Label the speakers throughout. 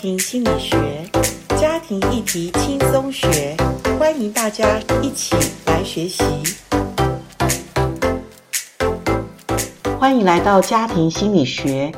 Speaker 1: 庭心理学，家庭议题轻松学，欢迎大家一起来学习。欢迎来到家庭心理学。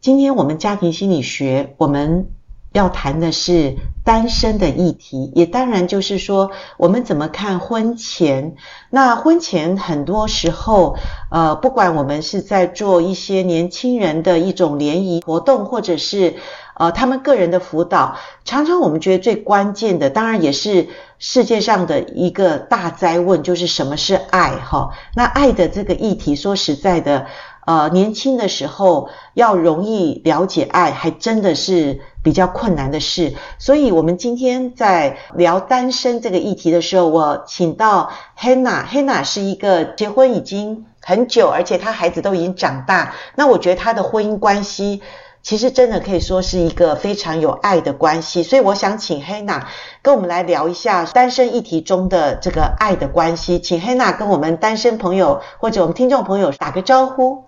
Speaker 1: 今天我们家庭心理学，我们要谈的是单身的议题，也当然就是说，我们怎么看婚前？那婚前很多时候，呃，不管我们是在做一些年轻人的一种联谊活动，或者是呃他们个人的辅导，常常我们觉得最关键的，当然也是世界上的一个大灾问，就是什么是爱哈？那爱的这个议题，说实在的。呃，年轻的时候要容易了解爱，还真的是比较困难的事。所以，我们今天在聊单身这个议题的时候，我请到 Hannah，Hannah 是一个结婚已经很久，而且她孩子都已经长大。那我觉得她的婚姻关系其实真的可以说是一个非常有爱的关系。所以，我想请 Hannah 跟我们来聊一下单身议题中的这个爱的关系。请 Hannah 跟我们单身朋友或者我们听众朋友打个招呼。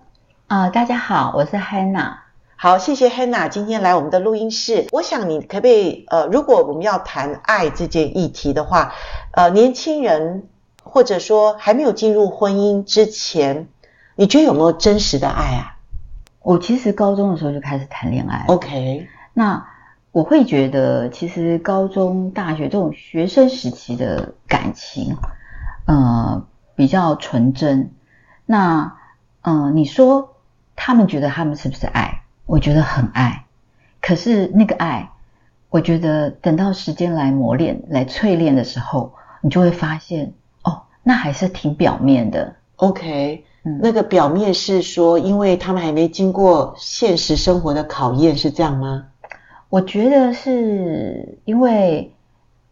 Speaker 2: 啊、大家好，我是 Hanna。
Speaker 1: 好，谢谢 Hannah 今天来我们的录音室。我想你可不可以呃，如果我们要谈爱这件议题的话，呃，年轻人或者说还没有进入婚姻之前，你觉得有没有真实的爱啊
Speaker 2: 我其实高中的时候就开始谈恋爱
Speaker 1: 哦
Speaker 2: 了。
Speaker 1: ？OK，
Speaker 2: 那我会觉得，其实高中、大学这种学生时期的感情，呃，比较纯真。那，呃，你说他们觉得他们是不是爱？我觉得很爱。可是那个爱，我觉得等到时间来磨练、来淬炼的时候，你就会发现，哦，那还是挺表面的。
Speaker 1: OK，
Speaker 2: 嗯
Speaker 1: 那个表面是说，因为他们还没经过现实生活的考验，是这样吗？
Speaker 2: 我觉得是因为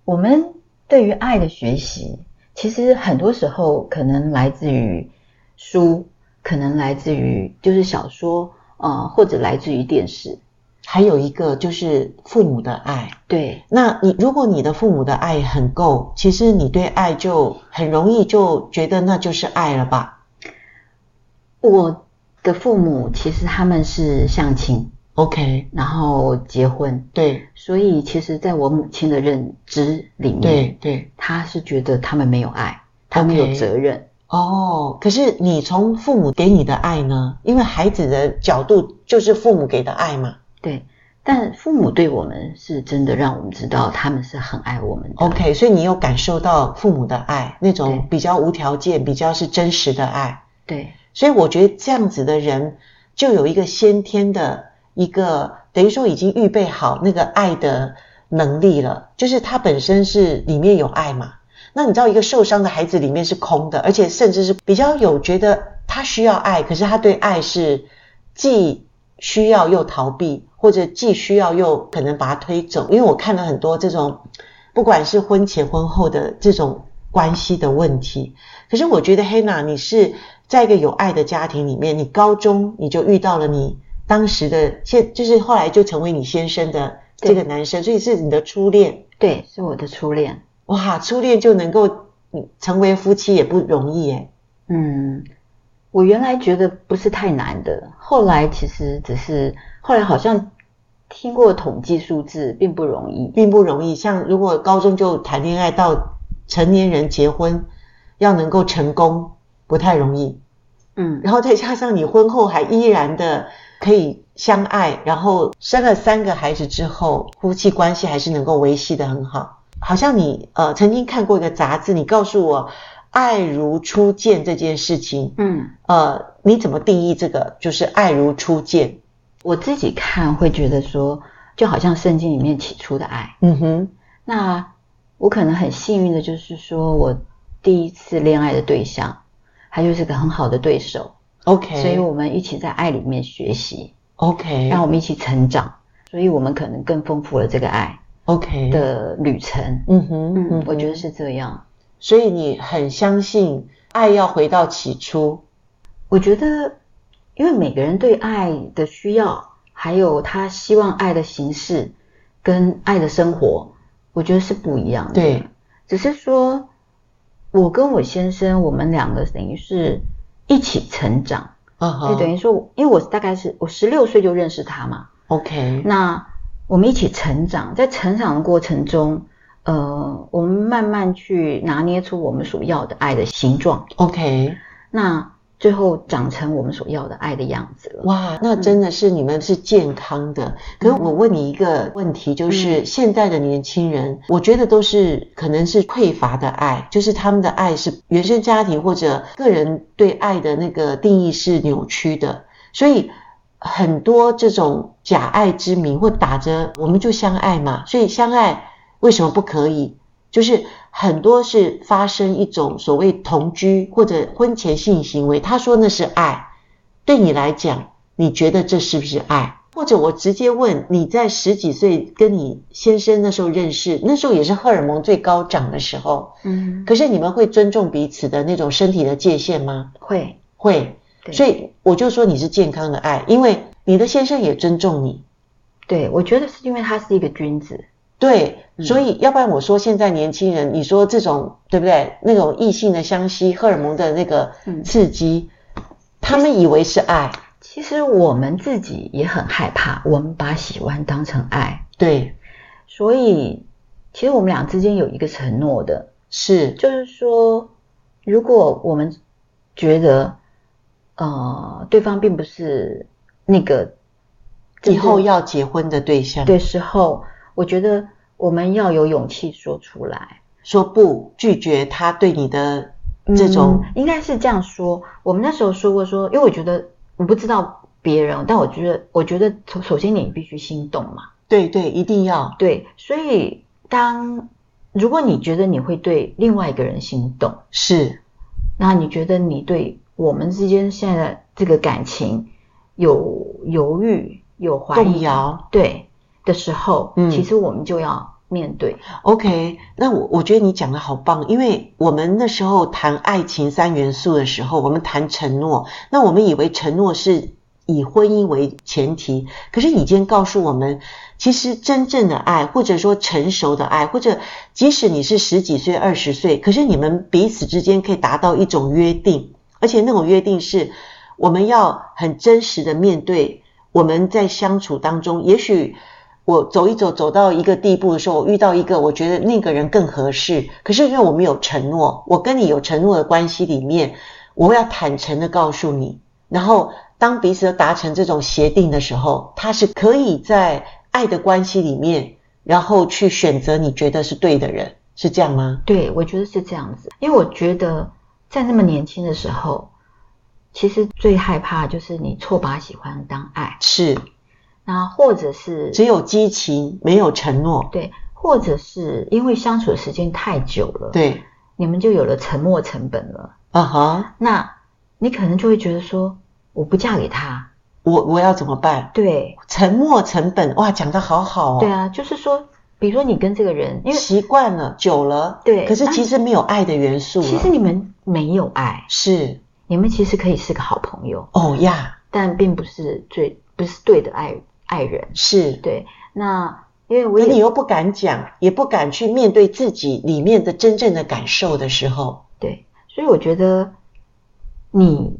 Speaker 2: 我们对于爱的学习，其实很多时候可能来自于书，可能来自于就是小说，呃，或者来自于电视。
Speaker 1: 还有一个就是父母的爱。
Speaker 2: 对，
Speaker 1: 那你如果你的父母的爱很够，其实你对爱就很容易就觉得那就是爱了吧
Speaker 2: 我的父母其实他们是相亲，
Speaker 1: ？OK，
Speaker 2: 然后结婚，
Speaker 1: 对
Speaker 2: 所以其实在我母亲的认知里面，
Speaker 1: 对对，
Speaker 2: 她是觉得他们没有爱，他们
Speaker 1: OK
Speaker 2: 有责任。
Speaker 1: 哦。可是你从父母给你的爱呢？因为孩子的角度就是父母给的爱嘛。
Speaker 2: 对，但父母对我们是真的让我们知道他们是很爱我们的。
Speaker 1: OK，所以你有感受到父母的爱，那种
Speaker 2: 对
Speaker 1: 比较无条件、比较是真实的爱。
Speaker 2: 对
Speaker 1: 所以我觉得这样子的人就有一个先天的一个，等于说已经预备好那个爱的能力了，就是他本身是里面有爱嘛。那你知道一个受伤的孩子里面是空的，而且甚至是比较有觉得他需要爱，可是他对爱是既需要又逃避，或者既需要又可能把他推走。因为我看了很多这种，不管是婚前婚后的这种关系的问题，可是我觉得黑娜，你是在一个有爱的家庭里面，你高中你就遇到了你当时的现，就是后来就成为你先生的这个男生，所以是你的初恋。
Speaker 2: 对，是我的初恋。
Speaker 1: 哇，初恋就能够嗯成为夫妻也不容易耶。
Speaker 2: 嗯，我原来觉得不是太难的，后来其实只是后来好像听过统计数字，并不容易。
Speaker 1: 并不容易。像如果高中就谈恋爱到成年人结婚，要能够成功不太容易。
Speaker 2: 嗯，
Speaker 1: 然后再加上你婚后还依然的可以相爱，然后生了三个孩子之后，夫妻关系还是能够维系的很好。好像你呃曾经看过一个杂志，你告诉我“爱如初见”这件事情，
Speaker 2: 嗯，
Speaker 1: 呃，你怎么定义这个？就是爱如初见。
Speaker 2: 我自己看会觉得说，就好像圣经里面起初的爱。
Speaker 1: 嗯哼，
Speaker 2: 那我可能很幸运的就是说我第一次恋爱的对象，他就是个很好的对手。
Speaker 1: ，OK，
Speaker 2: 所以我们一起在爱里面学习，
Speaker 1: OK，
Speaker 2: 让我们一起成长，所以我们可能更丰富了这个爱
Speaker 1: OK
Speaker 2: 的旅程。
Speaker 1: 嗯哼，嗯
Speaker 2: 嗯
Speaker 1: 哼，，
Speaker 2: 我觉得是这样。
Speaker 1: 所以你很相信爱要回到起初。
Speaker 2: 我觉得，因为每个人对爱的需要，还有他希望爱的形式跟爱的生活，我觉得是不一样的。，
Speaker 1: 对，
Speaker 2: 只是说，我跟我先生，我们两个等于是一起成长，
Speaker 1: 啊哈，
Speaker 2: 就等于说，因为我大概是我十六岁就认识他嘛，
Speaker 1: ，OK，
Speaker 2: 那我们一起成长，在成长的过程中，呃，我们慢慢去拿捏出我们所要的爱的形状，
Speaker 1: OK，
Speaker 2: 那最后长成我们所要的爱的样子了。
Speaker 1: 哇，那真的是你们是健康的。可是我问你一个问题，就是、现在的年轻人，我觉得都是可能是匮乏的爱，就是他们的爱是原生家庭或者个人对爱的那个定义是扭曲的，所以很多这种假爱之名或打着我们就相爱嘛，所以相爱为什么不可以？就是很多是发生一种所谓同居或者婚前性行为，他说那是爱，对你来讲，你觉得这是不是爱？或者我直接问你在十几岁跟你先生那时候认识，那时候也是荷尔蒙最高涨的时候，
Speaker 2: 嗯，
Speaker 1: 可是你们会尊重彼此的那种身体的界限吗？
Speaker 2: 会，
Speaker 1: 会，
Speaker 2: 对
Speaker 1: 所以我就说你是健康的爱，因为你的先生也尊重你，
Speaker 2: 对我觉得是因为他是一个君子，
Speaker 1: 对，
Speaker 2: 嗯
Speaker 1: 所以要不然我说现在年轻人，你说这种对不对？那种异性的相吸，荷尔蒙的那个
Speaker 2: 嗯
Speaker 1: 刺激，他们以为是爱，
Speaker 2: 其实我们自己也很害怕，我们把喜欢当成爱，
Speaker 1: 对，
Speaker 2: 所以其实我们俩之间有一个承诺的，
Speaker 1: 是，
Speaker 2: 就是说，如果我们觉得呃对方并不是那个
Speaker 1: 以后要结婚的对象，
Speaker 2: 的时候，我觉得我们要有勇气说出来。
Speaker 1: 说不拒绝他对你的这种，
Speaker 2: 嗯应该是这样说。我们那时候说过说，因为我觉得我不知道别人，但我觉得我觉得首首先你必须心动嘛，
Speaker 1: 对对，一定要，
Speaker 2: 对，所以当如果你觉得你会对另外一个人心动，
Speaker 1: 是
Speaker 2: 那你觉得你对我们之间现在的这个感情有犹豫、有怀
Speaker 1: 动
Speaker 2: 疑，
Speaker 1: 摇。
Speaker 2: 对的时候，
Speaker 1: 嗯
Speaker 2: 其实我们就要面对，
Speaker 1: OK，那我我觉得你讲的好棒，因为我们那时候谈爱情三元素的时候，我们谈承诺，那我们以为承诺是以婚姻为前提，可是已经告诉我们，其实真正的爱，或者说成熟的爱，或者即使你是十几岁、二十岁，可是你们彼此之间可以达到一种约定，而且那种约定是我们要很真实的面对我们在相处当中，也许。我走一走，走到一个地步的时候，我遇到一个我觉得那个人更合适，可是因为我们有承诺，我跟你有承诺的关系里面，我要坦诚的告诉你，然后当彼此都达成这种协定的时候，他是可以在爱的关系里面，然后去选择你觉得是对的人，是这样吗？
Speaker 2: 对我觉得是这样子，因为我觉得在那么年轻的时候，其实最害怕就是你错把喜欢当爱，
Speaker 1: 是，
Speaker 2: 那或者是
Speaker 1: 只有激情，没有承诺。
Speaker 2: 对，或者是因为相处的时间太久了，，
Speaker 1: 对，
Speaker 2: 你们就有了沉没成本了。
Speaker 1: 啊哈，
Speaker 2: 那你可能就会觉得说，我不嫁给他，
Speaker 1: 我我要怎么办？
Speaker 2: 对，
Speaker 1: 沉没成本，哇，讲的好好哦。
Speaker 2: 对啊，就是说，比如说你跟这个人，因为
Speaker 1: 习惯了，久了，
Speaker 2: 对
Speaker 1: 可是其实没有爱的元素了
Speaker 2: 其实你们没有爱，
Speaker 1: 是
Speaker 2: 你们其实可以是个好朋友，
Speaker 1: 哦呀，
Speaker 2: 但并不是最不是对的爱爱人。
Speaker 1: 是。
Speaker 2: 对，那因为我
Speaker 1: 可你
Speaker 2: 也
Speaker 1: 又不敢讲，也不敢去面对自己里面的真正的感受的时候，
Speaker 2: 对，所以我觉得你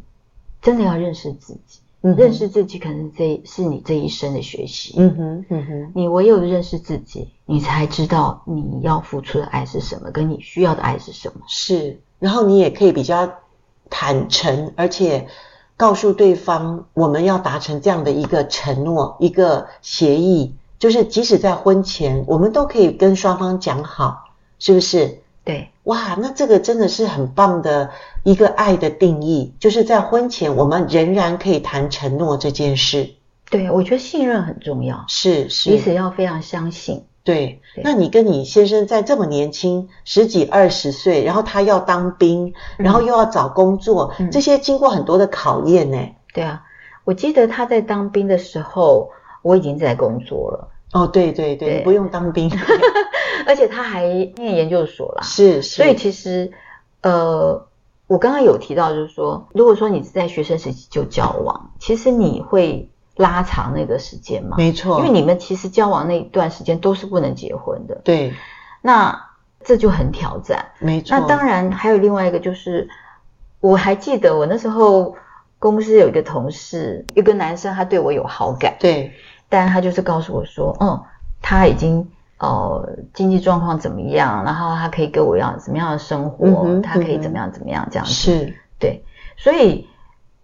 Speaker 2: 真的要认识自己，
Speaker 1: 嗯哼
Speaker 2: 认，识自己可能这一是你这一生的学习。
Speaker 1: 嗯哼，嗯哼，
Speaker 2: 你唯有认识自己，你才知道你要付出的爱是什么，跟你需要的爱是什么。
Speaker 1: 是。然后你也可以比较坦诚，而且告诉对方，我们要达成这样的一个承诺、一个协议，就是即使在婚前，我们都可以跟双方讲好，是不是？
Speaker 2: 对，
Speaker 1: 哇，那这个真的是很棒的一个爱的定义，就是在婚前我们仍然可以谈承诺这件事。
Speaker 2: 对，我觉得信任很重要，
Speaker 1: 是
Speaker 2: 彼此
Speaker 1: 是，
Speaker 2: 要非常相信。
Speaker 1: 对。
Speaker 2: 对
Speaker 1: 那你跟你先生在这么年轻，十几二十岁，然后他要当兵，
Speaker 2: 嗯
Speaker 1: 然后又要找工作，
Speaker 2: 嗯
Speaker 1: 这些经过很多的考验呢。
Speaker 2: 对啊，我记得他在当兵的时候，我已经在工作了，
Speaker 1: 哦，对对对，
Speaker 2: 对
Speaker 1: 你不用当 兵，
Speaker 2: 而且他还念研究所啦。
Speaker 1: 是是，
Speaker 2: 所以其实，呃，我刚刚有提到，就是说，如果说你是在学生时期就交往，其实你会拉长那个时间嘛，
Speaker 1: 没错，
Speaker 2: 因为你们其实交往那一段时间都是不能结婚的，
Speaker 1: 对，
Speaker 2: 那这就很挑战。
Speaker 1: 没错，
Speaker 2: 那当然还有另外一个就是，我还记得我那时候公司有一个同事，有个男生他对我有好感，
Speaker 1: 对
Speaker 2: 但他就是告诉我说，嗯，他已经呃经济状况怎么样，然后他可以给我要怎么样的生活，
Speaker 1: 嗯哼嗯
Speaker 2: 他可以
Speaker 1: 嗯哼
Speaker 2: 怎么样怎么样这样子。
Speaker 1: 是，
Speaker 2: 对，所以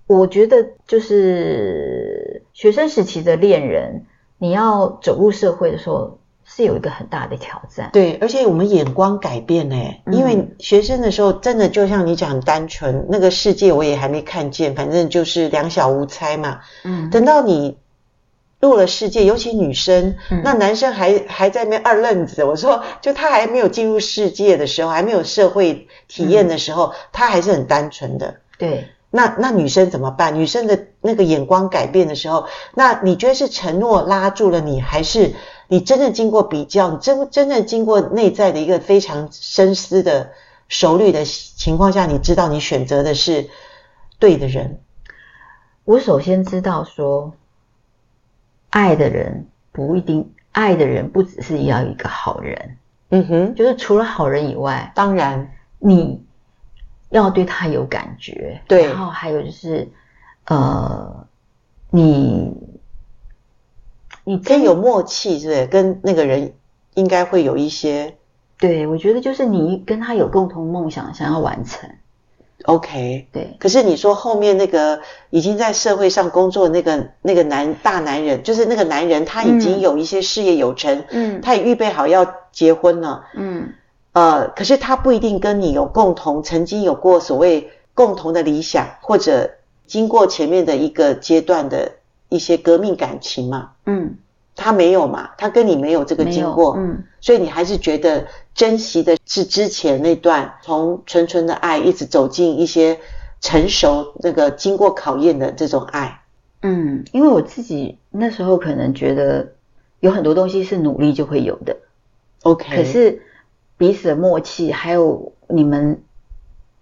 Speaker 2: 我觉得就是学生时期的恋人，你要走入社会的时候是有一个很大的挑战。
Speaker 1: 对，而且我们眼光改变嘞，
Speaker 2: 嗯
Speaker 1: 因为学生的时候真的就像你讲单纯，那个世界我也还没看见，反正就是两小无猜嘛。
Speaker 2: 嗯
Speaker 1: 等到你入了世界，尤其女生，
Speaker 2: 嗯
Speaker 1: 那男生还还在那边二愣子。我说，就他还没有进入世界的时候，还没有社会体验的时候，
Speaker 2: 嗯
Speaker 1: 他还是很单纯的。
Speaker 2: 对，
Speaker 1: 那那女生怎么办？女生的那个眼光改变的时候，那你觉得是承诺拉住了你，还是你真正经过比较，你真真正经过内在的一个非常深思的熟虑的情况下，你知道你选择的是对的人？
Speaker 2: 我首先知道说，爱的人不一定，爱的人不只是要一个好人，
Speaker 1: 嗯哼，
Speaker 2: 就是除了好人以外，
Speaker 1: 当然，
Speaker 2: 你要对他有感觉，
Speaker 1: 对
Speaker 2: 然后还有就是，呃，你你
Speaker 1: 跟
Speaker 2: 真
Speaker 1: 有默契，是不是？跟那个人应该会有一些
Speaker 2: 对我觉得就是你跟他有共同梦想，想要完成，
Speaker 1: OK。
Speaker 2: 对，
Speaker 1: 可是你说后面那个已经在社会上工作的那个那个男大男人，就是那个男人，他已经
Speaker 2: 嗯
Speaker 1: 有一些事业有成，
Speaker 2: 嗯
Speaker 1: 他也预备好要结婚了，
Speaker 2: 嗯，
Speaker 1: 呃，可是他不一定跟你有共同曾经有过所谓共同的理想，或者经过前面的一个阶段的一些革命感情嘛，
Speaker 2: 嗯，
Speaker 1: 他没有嘛，他跟你没有这个
Speaker 2: 没
Speaker 1: 经
Speaker 2: 有
Speaker 1: 过，
Speaker 2: 嗯，
Speaker 1: 所以你还是觉得珍惜的是之前那段从纯纯的爱一直走进一些成熟、那个经过考验的这种爱。
Speaker 2: 嗯，因为我自己那时候可能觉得有很多东西是努力就会有的，
Speaker 1: OK，
Speaker 2: 可是彼此的默契，还有你们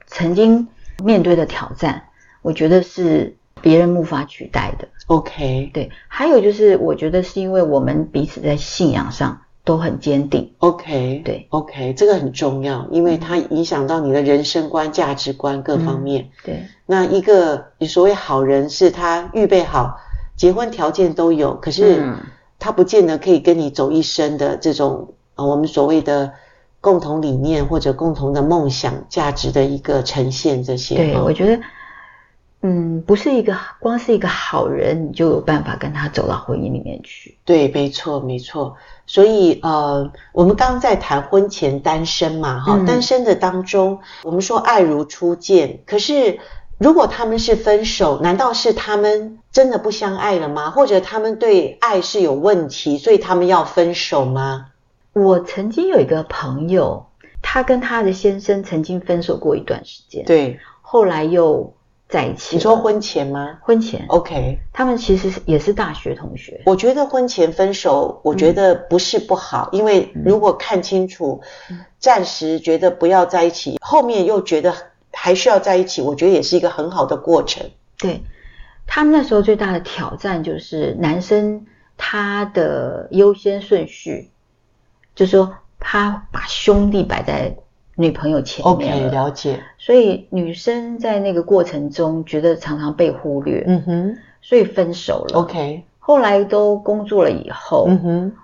Speaker 2: 曾经面对的挑战，我觉得是别人无法取代的。
Speaker 1: OK
Speaker 2: 对，还有就是我觉得是因为我们彼此在信仰上都很坚定。
Speaker 1: OK
Speaker 2: 对
Speaker 1: OK，这个很重要，因为
Speaker 2: 嗯
Speaker 1: 它影响到你的人生观、价值观各方面。
Speaker 2: 对，
Speaker 1: 那一个你所谓好人，是他预备好结婚条件都有，可是
Speaker 2: 嗯
Speaker 1: 他不见得可以跟你走一生的这种呃我们所谓的共同理念或者共同的梦想、价值的一个呈现这些。
Speaker 2: 对，
Speaker 1: 哦
Speaker 2: 我觉得，嗯，不是一个光是一个好人，你就有办法跟他走到婚姻里面去。
Speaker 1: 对，没错，没错。所以呃，我们刚刚在谈婚前单身嘛，哈、
Speaker 2: 嗯
Speaker 1: 单身的当中，我们说爱如初见，可是如果他们是分手，难道是他们真的不相爱了吗？或者他们对爱是有问题，所以他们要分手吗？
Speaker 2: 我曾经有一个朋友，她跟她的先生曾经分手过一段时间，，
Speaker 1: 对，
Speaker 2: 后来又在一起了。
Speaker 1: 你说婚前吗
Speaker 2: 婚前，
Speaker 1: ？OK，
Speaker 2: 他们其实是也是大学同学。
Speaker 1: 我觉得婚前分手，我觉得不是不好，因为如果看清楚，
Speaker 2: 嗯
Speaker 1: 暂时觉得不要在一起，后面又觉得还需要在一起，我觉得也是一个很好的过程。
Speaker 2: 对，他们那时候最大的挑战就是男生他的优先顺序，就是说他把兄弟摆在女朋友前面了
Speaker 1: 了解。
Speaker 2: 所以女生在那个过程中觉得常常被忽略，
Speaker 1: 嗯哼
Speaker 2: 所以分手了。
Speaker 1: ，OK，
Speaker 2: 后来都工作了以后，
Speaker 1: 嗯哼，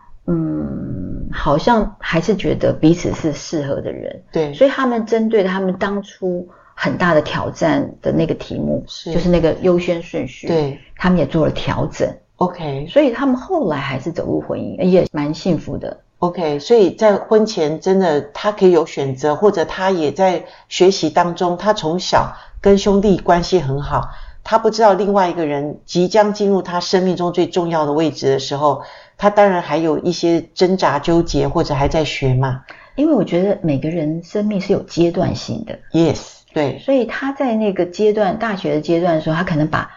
Speaker 2: 嗯好像还是觉得彼此是适合的人，
Speaker 1: 对，
Speaker 2: 所以他们针对他们当初很大的挑战的那个题目，
Speaker 1: 是
Speaker 2: 就是那个优先顺序，，
Speaker 1: 对
Speaker 2: 他们也做了调整，
Speaker 1: ，OK
Speaker 2: 所以他们后来还是走入婚姻，也蛮幸福的。
Speaker 1: OK，所以在婚前真的他可以有选择，或者他也在学习当中，他从小跟兄弟关系很好，他不知道另外一个人即将进入他生命中最重要的位置的时候，他当然还有一些挣扎纠结，或者还在学嘛。
Speaker 2: 因为我觉得每个人生命是有阶段性的，
Speaker 1: Yes，对，
Speaker 2: 所以他在那个阶段，大学的阶段的时候，他可能把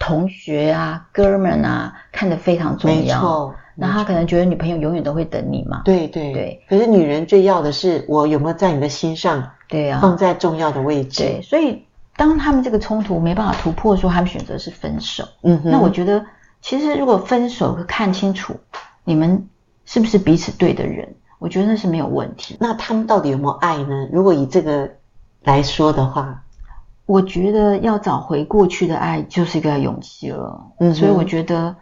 Speaker 2: 同学啊、哥们啊看得非常重
Speaker 1: 没
Speaker 2: 要，
Speaker 1: 错。嗯
Speaker 2: 那他可能觉得女朋友永远都会等你嘛，
Speaker 1: 对对
Speaker 2: 对。
Speaker 1: 可是女人最要的是我有没有在你的心上
Speaker 2: 对啊，
Speaker 1: 放在重要的位置。
Speaker 2: 对，所以当他们这个冲突没办法突破的时候，他们选择是分手。
Speaker 1: 嗯哼，
Speaker 2: 那我觉得，其实如果分手看清楚，你们是不是彼此对的人，我觉得那是没有问题。
Speaker 1: 那他们到底有没有爱呢？如果以这个来说的话，
Speaker 2: 我觉得要找回过去的爱，就是一个勇气了。
Speaker 1: 嗯哼
Speaker 2: 所以我觉得，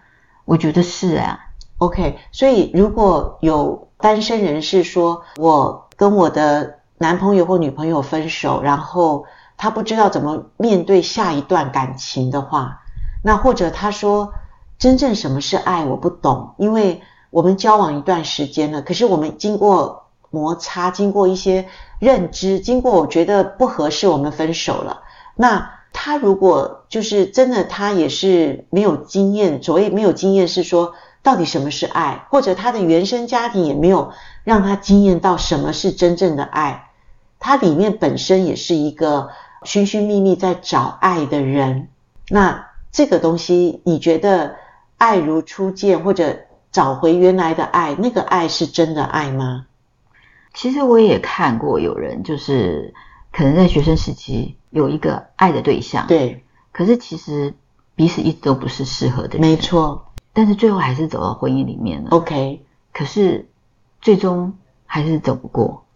Speaker 2: 我觉得是啊，
Speaker 1: OK，所以如果有单身人士说，我跟我的男朋友或女朋友分手，然后他不知道怎么面对下一段感情的话，那或者他说，真正什么是爱我不懂，因为我们交往一段时间了，可是我们经过摩擦，经过一些认知，经过我觉得不合适，我们分手了。那他如果就是真的，他也是没有经验。所谓没有经验，是说到底什么是爱，或者他的原生家庭也没有让他经验到什么是真正的爱。他里面本身也是一个寻寻觅觅在找爱的人。那这个东西，你觉得爱如初见，或者找回原来的爱，那个爱是真的爱吗？
Speaker 2: 其实我也看过有人就是可能在学生时期有一个爱的对象，，
Speaker 1: 对，
Speaker 2: 可是其实彼此一直都不是适合的人，
Speaker 1: 没。错。哦
Speaker 2: 但是最后还是走到婚姻里面了，
Speaker 1: OK，OK，、
Speaker 2: 可是最终还是走不过，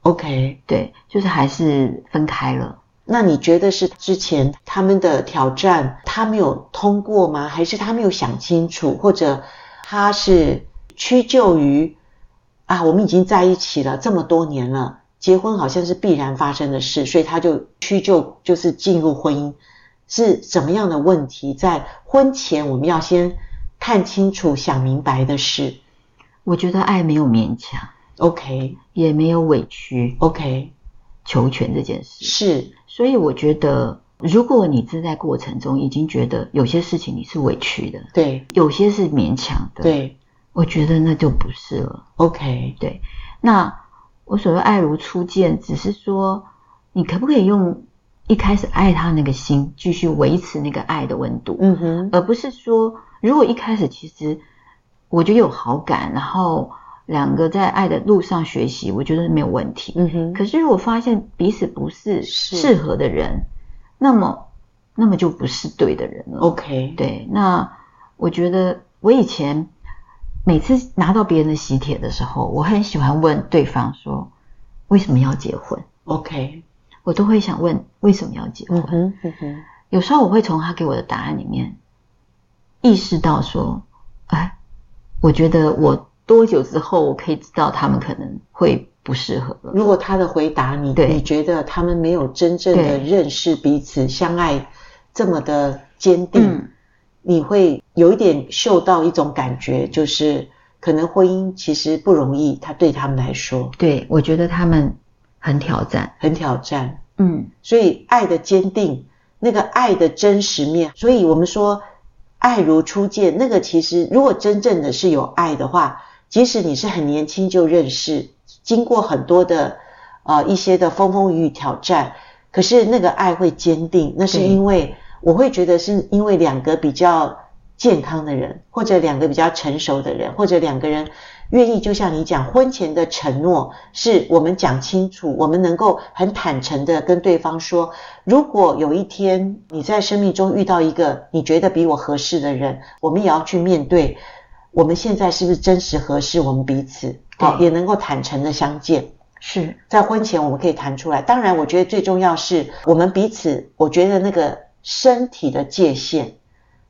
Speaker 2: 对，就是还是分开了。
Speaker 1: 那你觉得是之前他们的挑战他没有通过吗？还是他没有想清楚，或者他是屈就于啊，我们已经在一起了这么多年了，结婚好像是必然发生的事，所以他就屈就，就是进入婚姻是什么样的问题？在婚前我们要先看清楚、想明白的事。
Speaker 2: 我觉得爱没有勉强，
Speaker 1: OK
Speaker 2: 也没有委曲
Speaker 1: OK，
Speaker 2: 求全这件事。
Speaker 1: 是
Speaker 2: 所以我觉得，如果你是在过程中已经觉得有些事情你是委屈的，
Speaker 1: 对
Speaker 2: 有些是勉强的，，
Speaker 1: 对
Speaker 2: 我觉得那就不是了。
Speaker 1: OK
Speaker 2: 那我所谓爱如初见，只是说你可不可以用一开始爱他那个心，继续维持那个爱的温度，
Speaker 1: 嗯哼
Speaker 2: 而不是说如果一开始其实我就有好感，然后两个在爱的路上学习，我觉得没有问题。
Speaker 1: 嗯哼
Speaker 2: 可是如果发现彼此不是
Speaker 1: 是
Speaker 2: 适合的人，那么那么就不是对的人了。
Speaker 1: OK
Speaker 2: 对，那我觉得我以前每次拿到别人的喜帖的时候，我很喜欢问对方说为什么要结婚，
Speaker 1: OK
Speaker 2: 我都会想问为什么要结婚。
Speaker 1: 嗯哼嗯哼。
Speaker 2: 有时候我会从他给我的答案里面意识到说，哎，我觉得我多久之后我可以知道他们可能会不适合了。
Speaker 1: 如果他的回答你，
Speaker 2: 对
Speaker 1: 你觉得他们没有真正的
Speaker 2: 对
Speaker 1: 认识彼此、相爱这么的坚定，
Speaker 2: 嗯
Speaker 1: 你会有一点嗅到一种感觉，就是可能婚姻其实不容易，他对他们来说
Speaker 2: 对，我觉得他们很挑战。
Speaker 1: 很挑战。
Speaker 2: 嗯，
Speaker 1: 所以爱的坚定，那个爱的真实面，所以我们说爱如初见，那个其实如果真正的是有爱的话，即使你是很年轻就认识，经过很多的呃一些的风风雨雨挑战，可是那个爱会坚定，那是
Speaker 2: 对
Speaker 1: 因为我会觉得是因为两个比较健康的人，或者两个比较成熟的人，或者两个人愿意，就像你讲，婚前的承诺是我们讲清楚，我们能够很坦诚的跟对方说，如果有一天你在生命中遇到一个你觉得比我合适的人，我们也要去面对，我们现在是不是真实合适我们彼此，好，
Speaker 2: 对
Speaker 1: 也能够坦诚的相见。
Speaker 2: 是
Speaker 1: 在婚前我们可以谈出来。当然，我觉得最重要是我们彼此，我觉得那个身体的界限，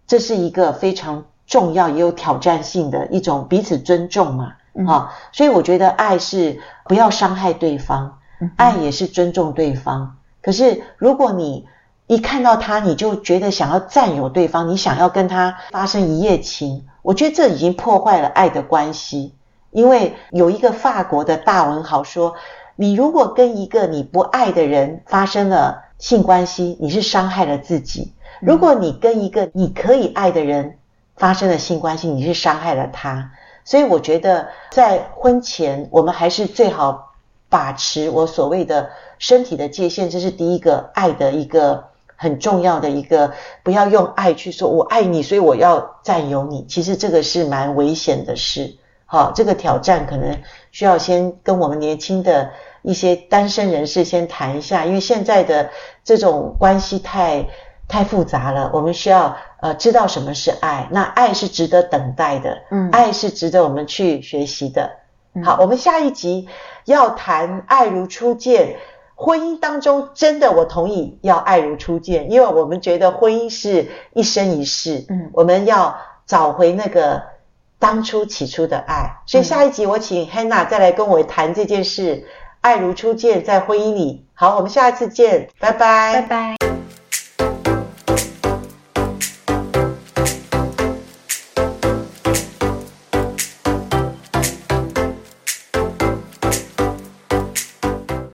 Speaker 1: 这是一个非常重要也有挑战性的一种彼此尊重嘛，
Speaker 2: 嗯
Speaker 1: 啊，所以我觉得爱是不要伤害对方，
Speaker 2: 嗯哎
Speaker 1: 爱也是尊重对方。可是如果你一看到他，你就觉得想要占有对方，你想要跟他发生一夜情，我觉得这已经破坏了爱的关系。因为有一个法国的大文豪说，你如果跟一个你不爱的人发生了性关系，你是伤害了自己；如果你跟一个你可以爱的人发生了性关系，你是伤害了他。所以我觉得在婚前，我们还是最好把持我所谓的身体的界限，这是第一个爱的一个很重要的一个，不要用爱去说我爱你，所以我要占有你。其实这个是蛮危险的事。好，这个挑战可能需要先跟我们年轻的一些单身人士先谈一下，因为现在的这种关系太太复杂了，我们需要呃知道什么是爱，那爱是值得等待的，
Speaker 2: 嗯
Speaker 1: 爱是值得我们去学习的。
Speaker 2: 嗯
Speaker 1: 好，我们下一集要谈爱如初见。婚姻当中，真的我同意要爱如初见，因为我们觉得婚姻是一生一世，
Speaker 2: 嗯
Speaker 1: 我们要找回那个当初起初的爱。所以下一集我请 Hannah 再来跟我谈这件事，爱如初见在婚姻里。好，我们下一次见，拜拜，
Speaker 2: 拜拜。